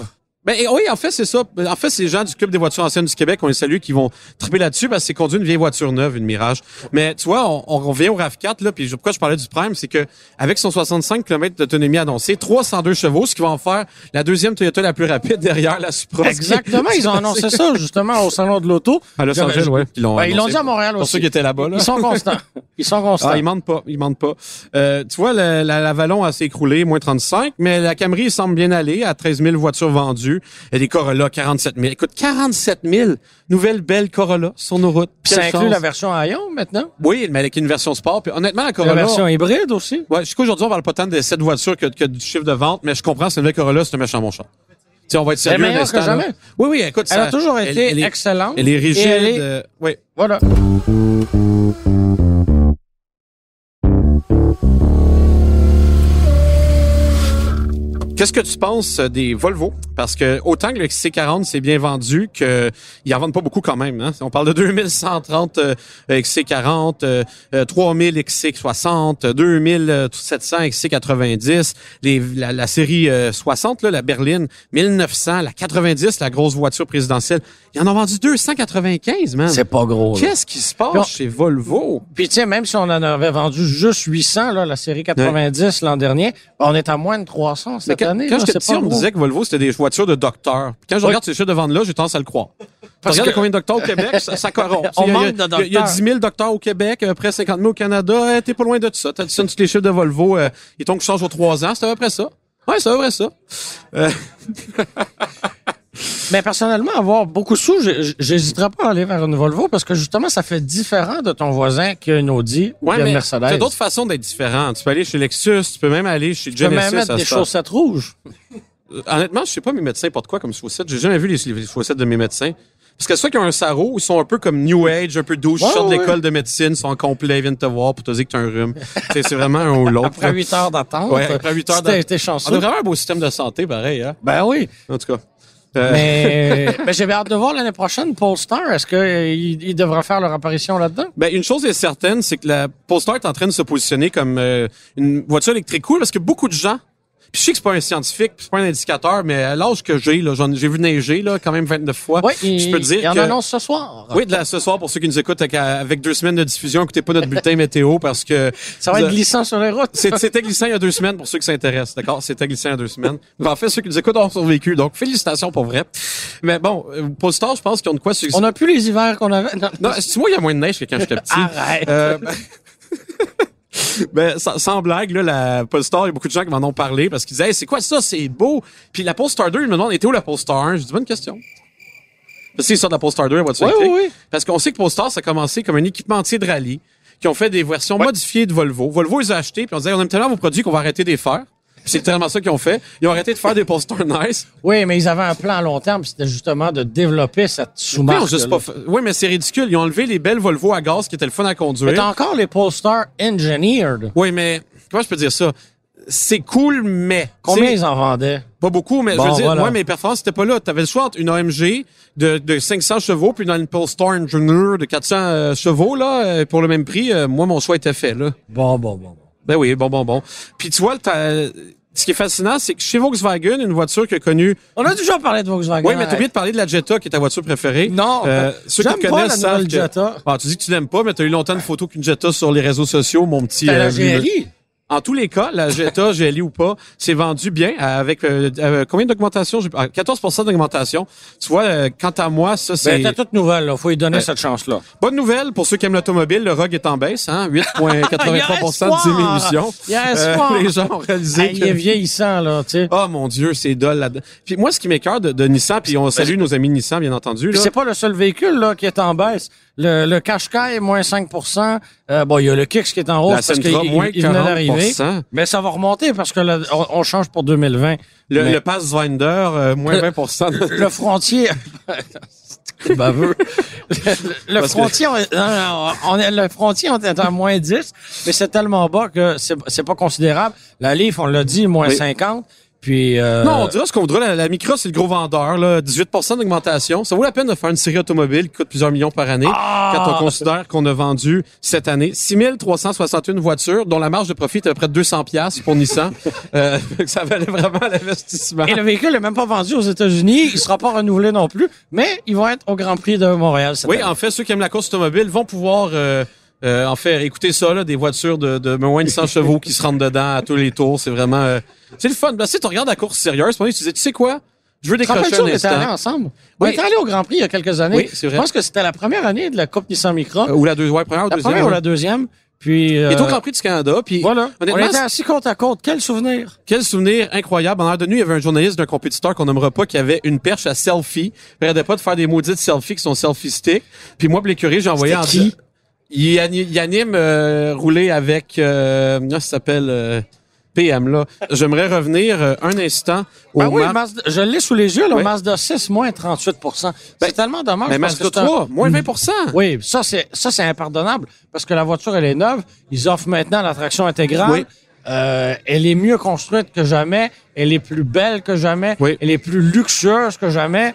S2: ben et- oui, en fait, c'est ça. En fait, c'est les gens du Club des voitures anciennes du Québec, on les salue, qui vont triper là-dessus parce que c'est conduit une vieille voiture neuve, une Mirage. Mais tu vois, on, on revient au RAV4, là, puis je- pourquoi je parlais du Prime, c'est que avec son 65 km d'autonomie annoncée, 302 chevaux, ce qui va en faire la deuxième Toyota la plus rapide derrière la Supra.
S3: Exactement, ils ont annoncé ça justement au salon de l'auto.
S2: À Los Angeles, ouais. Ils l'ont
S3: Ben, ils l'ont
S2: annoncé.
S3: dit à Montréal
S2: Pour
S3: aussi.
S2: ceux qui étaient là-bas, là.
S3: Ils sont constants. Ils sont constants.
S2: Ah, ils mentent pas, ils mentent pas. Euh, tu vois, la, la, la Vallon a s'écroulé, moins 35, mais la Camry semble bien aller à 13 000 voitures vendues. vendus. Il y a des Corolla 47 000. Écoute, 47 000 nouvelles belles Corolla sur nos routes.
S3: Puis ça
S2: Quelle
S3: inclut
S2: chance.
S3: la version Aion maintenant?
S2: Oui, mais avec une version sport. Puis honnêtement, la
S3: La
S2: Corolla...
S3: version hybride aussi?
S2: Ouais, jusqu'aujourd'hui, on parle pas tant de cette voiture que, que du chiffre de vente, mais je comprends, c'est une nouvelle Corolla, c'est un méchant bon chat. Tu sais, on va être
S3: Elle est
S2: sérieux un
S3: meilleure que
S2: instant, là.
S3: jamais.
S2: Oui, oui, écoute,
S3: Elle
S2: ça-
S3: a toujours été
S2: elle est-
S3: excellente.
S2: Elle est
S3: et
S2: rigide.
S3: elle est-
S2: euh, oui.
S3: Voilà.
S2: Qu'est-ce que tu penses euh, des Volvo? Parce que autant que le XC40 s'est bien vendu, qu'ils en vendent pas beaucoup quand même. hein. On parle de 2130 euh, XC40, euh, euh, 3000 XC60, euh, 2700 XC90, les- la, la série euh, 60, là, la berline, 1900, la 90, la grosse voiture présidentielle. Ils en ont vendu 295, man.
S3: C'est pas gros. là.
S2: Qu'est-ce qui se passe
S3: Non.
S2: chez Volvo?
S3: Puis tu sais, même si on en avait vendu juste 800, là, la série 90 l'an dernier, on est à moins de 300
S2: Mais
S3: cette
S2: quand
S3: année.
S2: quand
S3: là,
S2: j'étais
S3: c'est
S2: petit,
S3: pas
S2: on me
S3: gros.
S2: disait que Volvo, c'était des voitures de docteurs. Puis quand je
S3: Oui.
S2: regarde ces chiffres de vente-là, j'ai tendance à le croire.
S3: Parce
S2: Parce regarde
S3: que-
S2: combien de docteurs au Québec, ça, ça corrompt.
S3: On
S2: Il y a-
S3: manque
S2: il y a-
S3: de docteurs.
S2: Il y a 10 000 docteurs au Québec, euh, près 50 000 au Canada. Eh, T'es pas loin de ça. T'as dit ça, tous les chiffres de Volvo. euh, ils tombent change aux 3 ans. C'est à peu près ça. Ouais, c'est à peu près ça.
S3: Mais personnellement, avoir beaucoup de sous, je- je- j'hésiterais pas à aller vers une Volvo parce que justement, ça fait différent de ton voisin qui a une Audi ou
S2: Ouais,
S3: qui a une
S2: mais
S3: Mercedes.
S2: t'as d'autres façons d'être différent. Tu peux aller chez Lexus, tu peux même aller chez
S3: Tu peux même
S2: Genesis.
S3: mettre
S2: à
S3: des
S2: cette heure.
S3: chaussettes rouges.
S2: Euh, Honnêtement, je sais pas mes médecins portent quoi comme chaussettes. J'ai jamais vu les, les chaussettes de mes médecins. Parce que ceux qui ont un sarrau, ils sont un peu comme New Age, un peu douche,
S3: Ouais,
S2: ils sortent de
S3: ouais.
S2: l'école de médecine, ils sont en complet, ils viennent te voir pour te dire que t'as un rhume. Tu sais, c'est vraiment un ou l'autre.
S3: Après 8 heures d'attente.
S2: Ouais, après huit heures
S3: si t'as
S2: d'attente. On
S3: été
S2: a
S3: chanceux.
S2: vraiment un beau système de santé, pareil, hein?
S3: Ben oui.
S2: En tout cas. Euh,
S3: Mais, mais j'ai hâte de voir l'année prochaine Polestar. Est-ce qu'il il devra faire leur apparition là-dedans?
S2: Ben, une chose est certaine, c'est que la Polestar est en train de se positionner comme euh, une voiture électrique cool parce que beaucoup de gens. Puis je sais que c'est pas un scientifique, puis c'est pas un indicateur, mais à l'âge que j'ai, là, j'en- j'ai vu neiger là, quand même 29 fois.
S3: Oui,
S2: je peux te dire
S3: il en
S2: que-
S3: annonce ce soir.
S2: Ah. Oui, de la, ce soir, pour ceux qui nous écoutent, avec, euh, avec deux semaines de diffusion, écoutez pas notre bulletin météo parce que...
S3: Ça va être
S2: vous-
S3: glissant sur les routes.
S2: C'est- C'était glissant il y a deux semaines pour ceux qui s'intéressent, d'accord? C'était glissant il y a deux semaines. Mais En fait, ceux qui nous écoutent ont survécu, donc félicitations pour vrai. Mais bon, euh, Polestar, je pense qu'ils ont de quoi succès.
S3: On a plus les hivers qu'on avait. Non,
S2: Non, c'est moi, il y a moins de neige que quand j'étais petit.
S3: Arrête.
S2: Euh, ben, sans, sans blague, là, la Polestar, il y a beaucoup de gens qui m'en ont parlé parce qu'ils disaient, Hey, c'est quoi ça? C'est beau. Puis la Polestar 2, ils me demandent, était où la Polestar 1? Je dis, bonne question. Parce qu'ils sortent la Polestar 2, la voiture
S3: Oui,
S2: électrique.
S3: oui, oui.
S2: Parce qu'on sait que Polestar, ça a commencé comme un équipementier de rallye qui ont fait des versions modifiées de Volvo. Volvo, ils ont acheté, puis on disait, on aime tellement vos produits qu'on va arrêter de les faire. Puis C'est tellement ça qu'ils ont fait. Ils ont arrêté de faire des Polestar Nice.
S3: Oui, mais ils avaient un plan à long terme, c'était justement de développer cette
S2: Oui,
S3: sous-marque. là.
S2: oui, mais c'est ridicule. Ils ont enlevé les belles Volvo à gaz qui étaient le fun à conduire.
S3: Mais t'as encore les Polestar Engineered.
S2: Oui, mais comment je peux dire ça? C'est cool, mais.
S3: Combien
S2: C'est-
S3: ils en vendaient?
S2: Pas beaucoup, mais
S3: Bon,
S2: je veux dire,
S3: voilà.
S2: moi, mes performances, c'était pas là. T'avais le choix entre une AMG de, de 500 chevaux puis dans une Polestar Junior de 400 euh, chevaux, là, euh, pour le même prix. euh, moi, mon choix était fait, là.
S3: Bon, bon, bon. bon.
S2: Ben oui, bon, bon, bon. Puis tu vois, t'as- ce qui est fascinant, c'est que chez Volkswagen, une voiture qui a connu...
S3: On a toujours parlé de Volkswagen.
S2: Oui, mais t'as oublié de parler de la Jetta, qui est ta voiture préférée. Euh,
S3: Non, ben,
S2: ceux qui
S3: j'aime
S2: te
S3: pas la
S2: connaissent savent
S3: nouvelle
S2: que-
S3: Jetta.
S2: Ah, tu dis que tu l'aimes pas, mais t'as eu longtemps une photo qu'une Jetta sur les réseaux sociaux, mon petit...
S3: T'as la
S2: euh, bleu.
S3: GLI.
S2: En tous les cas, la Jetta, GLI ou pas, c'est vendu bien euh, avec euh, euh, combien d'augmentation? J'ai- ah, 14 d'augmentation. Tu vois, euh, quant à moi, ça, c'est...
S3: Ben, t'es toute nouvelle, là. Faut lui donner cette chance-là.
S2: Bonne nouvelle pour ceux qui aiment l'automobile, le ROG est en baisse, hein? 8,83 de
S3: Il y a espoir.
S2: diminution. Euh,
S3: Il y a espoir.
S2: les gens ont
S3: Ah,
S2: réalisé
S3: il
S2: que...
S3: est vieillissant, là, tu sais.
S2: Oh mon Dieu, c'est dol là-dedans. Puis moi, ce qui m'écœure de, de Nissan, puis on salue nos amis Nissan, bien entendu.
S3: Ben, Puis
S2: Là.
S3: c'est pas le seul véhicule là, qui est en baisse. Le, le Qashqai, moins 5 Euh, Bon, il y a le Kicks qui est en hausse
S2: La
S3: parce qu'il
S2: Sentra,
S3: il-
S2: moins
S3: il venait d'arriver.
S2: 40%.
S3: Mais ça va remonter parce que là, on, on change pour 2020.
S2: Le,
S3: Mais
S2: le Pathfinder, euh, moins 20 de-
S3: le frontier... C'est baveux. Le, le
S2: Parce que-
S3: frontier, on, est- non, non, on est- le frontier, on est à moins 10, mais c'est tellement bas que c'est c'est pas considérable. La Leaf, on l'a dit, moins
S2: Oui.
S3: 50. Puis, euh,
S2: Non, on dira ce qu'on voudra. La, la Micra, c'est le gros vendeur. Là. 18 d'augmentation. Ça vaut la peine de faire une série automobile qui coûte plusieurs millions par année
S3: Ah!
S2: quand on considère qu'on a vendu cette année 6361 voitures dont la marge de profit est à près de 200 piastres pour Nissan. euh, ça valait vraiment l'investissement.
S3: Et le véhicule n'est même pas vendu aux États-Unis. Il sera pas renouvelé non plus, mais ils vont être au Grand Prix de Montréal cette
S2: Oui,
S3: année.
S2: en fait, ceux qui aiment la course automobile vont pouvoir... euh, euh, en faire écoutez ça là, des voitures de, de moins de 100 chevaux qui se rentrent dedans à tous les tours, c'est vraiment euh, c'est le fun. Ben, si tu regardes la course sérieuse, pendant que tu dis tu sais quoi, je veux
S3: Te rappelles-tu,
S2: décrocher
S3: on
S2: un
S3: était allés
S2: instant
S3: ensemble? On
S2: Oui.
S3: était allés au Grand Prix il y a quelques années.
S2: Oui, c'est vrai.
S3: Je pense que c'était la première année de la Coupe Nissan Micra.
S2: Euh, ou la deux, ouais, première ou
S3: la
S2: deuxième.
S3: première ou
S2: ouais.
S3: la deuxième. Puis, euh,
S2: Et au Grand Prix du Canada, puis
S3: voilà. On
S2: honnêtement,
S3: était assis côte à côte. Quel souvenir!
S2: Quel souvenir incroyable. En heure de nuit, il y avait un journaliste d'un compétiteur qu'on nommera pas qui avait une perche à selfie. Il arrêtait pas de faire des maudites selfies qui sont selfie stick. Puis moi, Blécurie, j'envoyais en
S3: C'était qui?
S2: Il, ani- il anime euh, rouler avec euh, comment ça s'appelle euh, PM là. J'aimerais revenir euh, un instant au
S3: Ben oui,
S2: Mazda-
S3: Mazda- je l'ai sous les yeux, le
S2: Oui. Ben,
S3: Mazda 6, moins 38 C'est tellement dommage.
S2: mais
S3: parce
S2: Mazda
S3: que c'est un- Hmm.
S2: 3, moins 20
S3: Oui, ça c'est ça c'est impardonnable parce que la voiture elle est neuve, ils offrent maintenant la traction intégrale.
S2: Oui.
S3: Euh, elle est mieux construite que jamais, elle est plus belle que jamais,
S2: Oui.
S3: elle est plus luxueuse que jamais.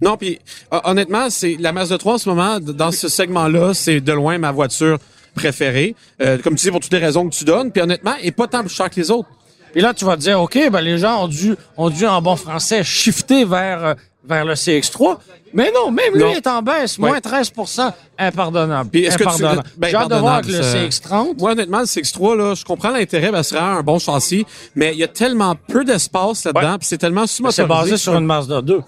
S2: Non, puis hon- honnêtement, c'est la Mazda 3 en ce moment, d- dans ce segment-là, c'est de loin ma voiture préférée. Euh, comme tu dis, pour toutes les raisons que tu donnes. Puis honnêtement, elle est pas tant plus chère que les autres.
S3: Et là tu vas te dire OK, ben les gens ont dû ont dû en bon français shifter vers euh, vers le CX3. Mais non, même
S2: Non.
S3: lui est en baisse,
S2: Oui.
S3: moins 13 impardonnable.
S2: Puis est-ce que tu-
S3: impardonnable.
S2: ben,
S3: J'ai hâte de voir
S2: impardonnable,
S3: avec le
S2: ça.
S3: CX30.
S2: Moi, honnêtement, le CX3, là, je comprends l'intérêt, ben, ce sera un bon châssis, mais il y a tellement peu d'espace là-dedans, puis c'est tellement sous-motorisé.
S3: C'est basé sur une Mazda 2.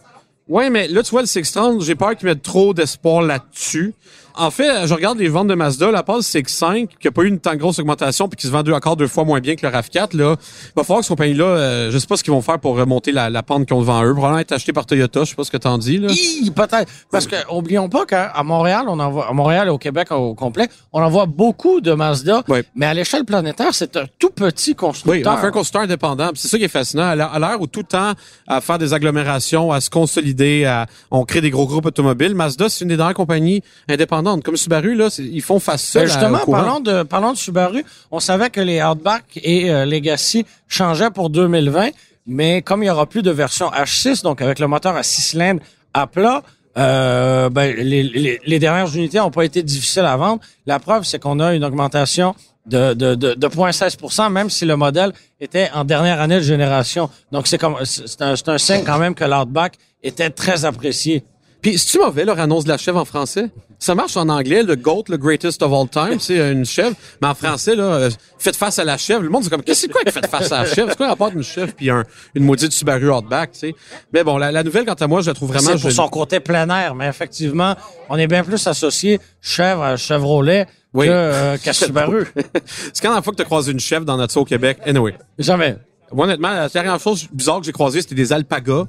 S2: Ouais, mais là, tu vois, le 630, j'ai peur qu'ils mettent trop d'espoir là-dessus. En fait, euh, je regarde les ventes de Mazda, la passe 6.5, qui a pas eu une tant grosse augmentation, puis qui se vend deux, encore deux fois moins bien que le RAV4, là. Il va falloir que cette compagnie-là, euh, je sais pas ce qu'ils vont faire pour remonter la, la pente qu'on devant eux. Probablement être acheté par Toyota, je sais pas ce que t'en dis, là.
S3: Hi, peut-être. Parce que oublions pas qu'à à Montréal, on en voit, à Montréal et au Québec au complet, on en voit beaucoup de Mazda.
S2: Ouais.
S3: Mais à l'échelle planétaire, c'est un tout petit
S2: Oui, ah,
S3: constructeur.
S2: enfin, un constructeur indépendant. Puis C'est ça qui est fascinant. À l'heure- à l'heure où tout tend à faire des agglomérations, à se consolider, à, on crée des gros groupes automobiles, Mazda, c'est une des dernières compagnies indépendantes. Comme Subaru, là, c'est- ils font face
S3: Mais
S2: seuls à- au
S3: Ben, justement,
S2: courant.
S3: parlons de, parlons de Subaru. On savait que les Outback et euh, Legacy changeaient pour 2020, mais comme il y aura plus de version H6, donc avec le moteur à 6 cylindres à plat, euh, ben, les, les- les dernières unités n'ont pas été difficiles à vendre. La preuve, c'est qu'on a une augmentation de, de, de, de 0,16 même si le modèle était en dernière année de génération. Donc, c'est comme c'est c'est un, c'est un signe quand même que l'Outback était très apprécié.
S2: Puis, c'est-tu mauvais leur annonce de la chèvre en français? Ça marche en anglais, le GOAT, le greatest of all time, c'est une chèvre. Mais en français, là, euh, faites face à la chèvre. Le monde, c'est comme, qu'est-ce que c'est quoi que faites face à la chèvre? C'est quoi le rapport d'une chèvre puis un, une maudite Subaru Outback, tu sais? Mais bon, la, la nouvelle, quant à moi, je la trouve vraiment
S3: C'est pour
S2: jolie.
S3: son côté plein air, mais effectivement, on est bien plus associé chèvre à Chevrolet
S2: Oui.
S3: que, euh, qu'à Subaru.
S2: C'est quand la fois que tu croises une chèvre dans notre saut au Québec? Anyway.
S3: Jamais.
S2: Moi, honnêtement, la dernière chose bizarre que j'ai croisée, c'était des alpagas.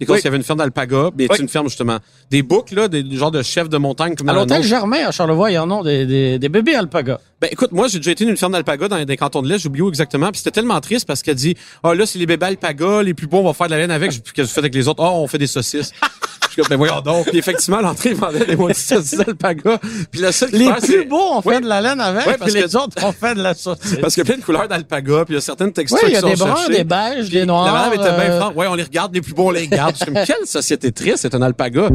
S2: Et quand
S3: Oui.
S2: il y avait une ferme d'alpagas, mais c'est une ferme, justement. Des boucs, là, des, des genres de chefs de montagne comme
S3: À
S2: dans la
S3: l'hôtel
S2: nôtre.
S3: Germain, à Charlevoix, il y en a des, des, des bébés alpagas.
S2: Ben écoute, moi j'ai déjà été dans une ferme d'alpaga dans des cantons de l'Est, j'oublie où exactement, puis c'était tellement triste parce qu'elle dit "Ah là, c'est les bébés alpagas, les plus bons, on va faire de la laine avec." Je dis, Puis qu'est-ce que vous faites avec les autres "Ah, on fait des saucisses." Je suis comme "Ben voyons donc." Puis effectivement, à l'entrée, ils vendaient des maudites saucisses d'alpaga. Puis la seule qui
S3: Les
S2: perd,
S3: plus
S2: c'est-
S3: beaux, on fait de la laine avec,
S2: Ouais,
S3: puis
S2: parce
S3: les
S2: que-
S3: autres, on fait de la saucisse.
S2: parce qu'il y a plein de couleurs d'alpaga, puis il y a certaines textures
S3: Oui, il y a
S2: qui
S3: des
S2: sont
S3: bruns,
S2: cherchées.
S3: des beiges, des noirs.
S2: La madame était bien
S3: euh,
S2: franche. Ouais, on les regarde, les plus bons, on les garde. Je suis comme, quelle société triste, c'est un alpaga.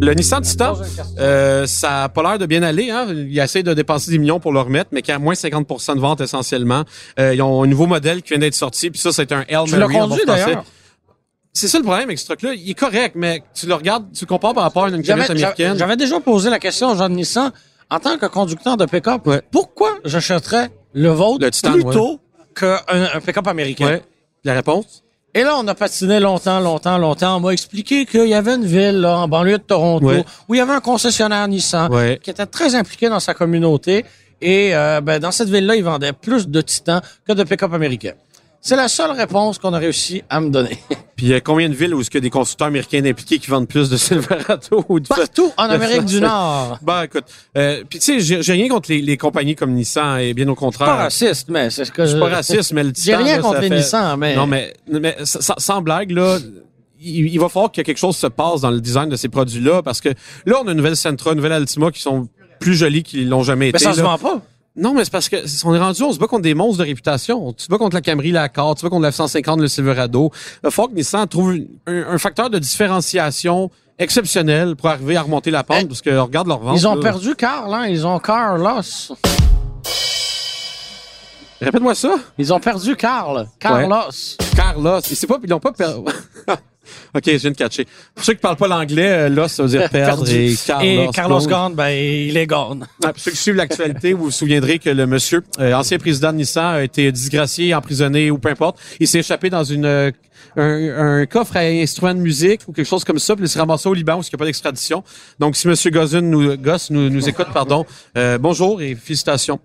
S2: Le Nissan Titan, euh, ça a pas l'air de bien aller. Hein? Ils essayent de dépenser des millions pour le remettre, mais qui a moins 50 de vente essentiellement. Euh, ils ont un nouveau modèle qui vient d'être sorti, puis ça, c'est un L
S3: Tu l'as conduit d'ailleurs.
S2: C'est ça le problème avec ce truc-là. Il est correct, mais tu le regardes, tu le compares par rapport à une
S3: J'avais-
S2: camionnette américaine.
S3: J'avais j'avais déjà posé la question aux gens de Nissan en tant que conducteur de pick-up. Pourquoi j'achèterais le vôtre
S2: Le Titan,
S3: plutôt qu'un un pick-up américain?
S2: Ouais. La réponse?
S3: Et là, on a patiné longtemps, longtemps, longtemps. On m'a expliqué qu'il y avait une ville là, en banlieue de Toronto
S2: Ouais.
S3: où il y avait un concessionnaire Nissan
S2: Ouais.
S3: qui était très impliqué dans sa communauté. Et euh, ben, dans cette ville-là, il vendait plus de Titans que de pick-up américains. C'est la seule réponse qu'on a réussi à me donner.
S2: Puis il y a combien de villes où est-ce qu'il y a des constructeurs américains impliqués qui vendent plus de Silverado ou de
S3: Partout en
S2: Le-
S3: Amérique du Nord.
S2: Ben écoute, euh, puis tu sais, j'ai j'ai rien contre les, les compagnies comme Nissan et bien au
S3: Pas
S2: contraire.
S3: raciste, mais c'est ce que
S2: Je suis pas raciste, mais le
S3: J'ai
S2: Titan,
S3: rien
S2: là,
S3: contre
S2: ça
S3: les
S2: fait-
S3: Nissan, mais-
S2: Non, mais, mais sans, sans blague, là, il, il va falloir que quelque chose se passe dans le design de ces produits-là parce que là, on a une nouvelle Sentra, une nouvelle Altima qui sont plus jolies qu'ils l'ont jamais
S3: Mais
S2: été.
S3: ça se
S2: là.
S3: vend pas.
S2: Non, mais c'est parce que c'est- on est rendu, on se bat contre des monstres de réputation. Tu te bats contre la Camry, la Accord, tu te bats contre la F-150, le Silverado. Il faut que Nissan trouve une- un, un facteur de différenciation exceptionnel pour arriver à remonter la pente,
S3: Eh,
S2: parce que on regarde leur vente.
S3: Ils ont
S2: là.
S3: perdu Carl, hein. Ils ont Carlos.
S2: Répète-moi ça.
S3: Ils ont perdu Carl. Carlos.
S2: Carlos. Et c'est pas, ils l'ont pas perdu. OK, je viens de catcher. Pour ceux qui parlent pas l'anglais, euh, là, ça veut dire perdre.
S3: Perdu.
S2: Et Carlos,
S3: Et Carlos
S2: Ghosn.
S3: Ghosn, ben, il est Ghosn.
S2: Ah, pour ceux qui suivent l'actualité, vous vous souviendrez que le monsieur, euh, ancien président de Nissan, a été disgracié, emprisonné ou peu importe. Il s'est échappé dans une euh, un, un coffre à instruments de musique ou quelque chose comme ça, puis il s'est ramassé au Liban où il n'y a pas d'extradition. Donc, si monsieur Gozun nous, Goss nous, nous écoute, pardon, euh, bonjour et félicitations.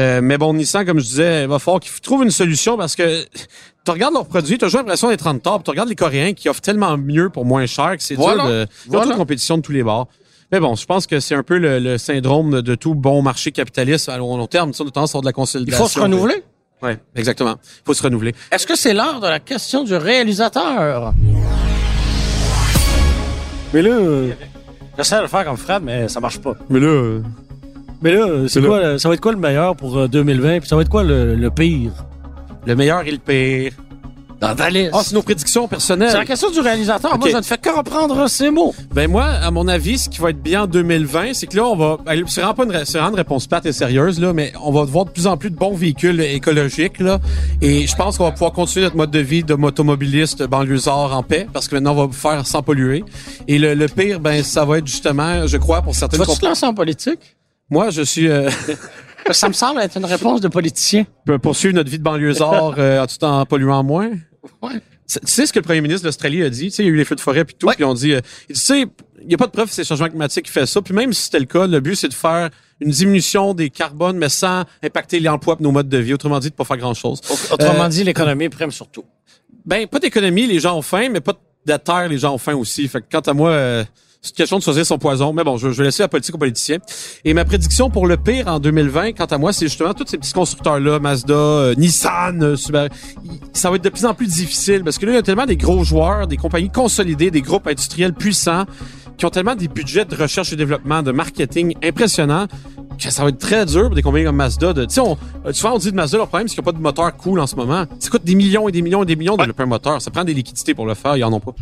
S2: Euh, mais bon, Nissan, comme je disais, il va falloir qu'ils trouvent une solution parce que tu regardes leurs produits, tu as toujours l'impression d'être en retard. puis Tu regardes les Coréens qui offrent tellement mieux pour moins cher que c'est
S1: Voilà.
S2: dur de... ils ont
S1: Voilà.
S2: toute compétition de tous les bords. Mais bon, je pense que c'est un peu le, le syndrome de tout bon marché capitaliste à long long terme. Tu sais, on a tendance à avoir de la
S3: Il
S2: consolidation.
S3: faut se renouveler.
S2: Oui, exactement. Il faut se renouveler.
S3: Est-ce que c'est l'heure de la question du réalisateur?
S4: Mais là,
S3: J'essaie de le faire comme Fred, mais ça marche pas.
S4: mais
S2: euh,
S4: là, mais là, c'est
S2: Mais là-
S4: quoi, le- ça va être quoi le meilleur pour euh, 2020 Puis ça va être quoi le, le pire
S2: Le meilleur et le pire.
S3: Dans ta liste.
S2: Ah, c'est nos prédictions
S3: c'est la
S2: personnelles.
S3: question du réalisateur. Moi,
S2: Ok.
S3: je ne fais que reprendre ces mots.
S2: Ben moi, à mon avis, ce qui va être bien en 2020, c'est que là, on va... elle- C'est vraiment pas une, ré- c'est vraiment une réponse plate et sérieuse, là, mais on va voir de plus en plus de bons véhicules écologiques. Là, et je pense qu'on va pouvoir continuer notre mode de vie de motomobiliste banlieusard en paix, parce que maintenant, on va faire sans polluer. Et le, le pire, ben ça va être justement, je crois, pour
S3: Tu
S2: certaines...
S3: vas-tu te lancer en politique?
S2: Moi, je suis... euh,
S3: Ça me semble être une réponse de politicien.
S2: peut poursuivre notre vie de banlieusard euh, tout en polluant moins.
S3: Ouais.
S2: C'est- Tu sais ce que le premier ministre de l'Australie a dit? Tu sais, il y a eu les feux de forêt puis tout,
S3: Ouais.
S2: puis on dit, euh, il dit, tu sais, il n'y a pas de preuve que c'est le changement climatique qui fait ça. Puis même si c'était le cas, le but, c'est de faire une diminution des carbones, mais sans impacter les emplois et nos modes de vie. Autrement dit, de pas faire grand-chose.
S4: Euh,
S3: Autrement dit, l'économie prime surtout.
S2: Ben, pas d'économie, les gens ont faim, mais pas de terre, les gens ont faim aussi. Fait que quant à moi, euh, c'est une question de choisir son poison. Mais bon, je, je vais laisser la politique aux politiciens. Et ma prédiction pour le pire en 2020, quant à moi, c'est justement tous ces petits constructeurs-là, Mazda, euh, Nissan, euh, Subaru, y- ça va être de plus en plus difficile parce que là, il y a tellement des gros joueurs, des compagnies consolidées, des groupes industriels puissants qui ont tellement des budgets de recherche et développement, de marketing impressionnants que ça va être très dur pour des compagnies comme Mazda. De, tu sais, on- euh, souvent, on dit de Mazda, leur problème, c'est qu'ils n'ont pas de moteur cool en ce moment. Ça coûte des millions et des millions et des millions de développer un moteur. Ça prend des liquidités pour le faire. Ils en ont pas.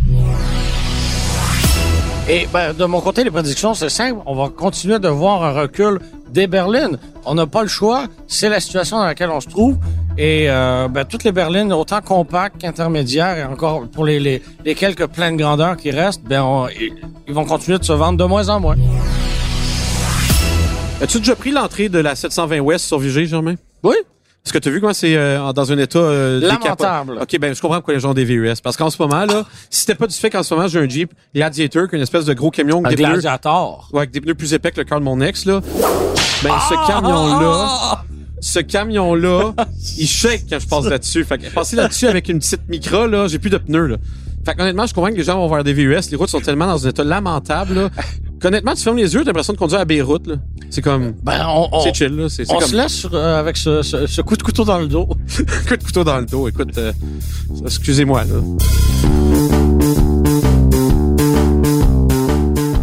S3: Et ben, de mon côté, les prédictions, c'est simple. On va continuer de voir un recul des berlines. On n'a pas le choix. C'est la situation dans laquelle on se trouve. Et euh, ben, toutes les berlines, autant compactes qu'intermédiaires, et encore pour les, les, les quelques pleines grandeurs qui restent, ben, on- ils ils vont continuer de se vendre de moins en moins.
S2: As-tu déjà pris l'entrée de la 720 West sur Vigée, Germain?
S3: Oui.
S2: Est-ce que tu as vu comment c'est euh, dans un état euh,
S3: Lamentable.
S2: décapable? OK, ben je comprends pourquoi les gens ont des VUS. Parce qu'en ce moment, là, si c'était pas du fait qu'en ce moment, j'ai un Jeep Gladiator, qu'une espèce de gros camion avec des,
S3: Un
S2: pneus,
S3: gladiator.
S2: ouais, avec des pneus plus épais que le cœur de mon ex, là, ben
S3: Ah!
S2: ce camion-là...
S3: Ben,
S2: ce camion-là, il shake quand je passe là-dessus. Fait que passer là-dessus avec une petite micro, là, j'ai plus de pneus, là. Fait qu'honnêtement, je comprends que les gens vont voir des VUS. Les routes sont tellement dans un état lamentable, là. Qu'honnêtement, tu fermes les yeux, t'as l'impression de conduire à Beyrouth, là. C'est comme,
S3: Ben, on, on,
S2: c'est chill, là. C'est c'est
S3: on
S2: comme
S3: se laisse sur- euh, avec ce, ce- ce coup de couteau dans le dos.
S2: un coup de couteau dans le dos. Écoute, euh, excusez-moi, là.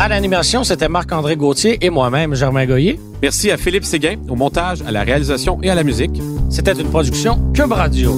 S3: À l'animation, c'était Marc-André Gauthier et moi-même, Germain Goyer.
S2: Merci à Philippe Séguin, au montage, à la réalisation et à la musique.
S3: C'était une production Cube Radio.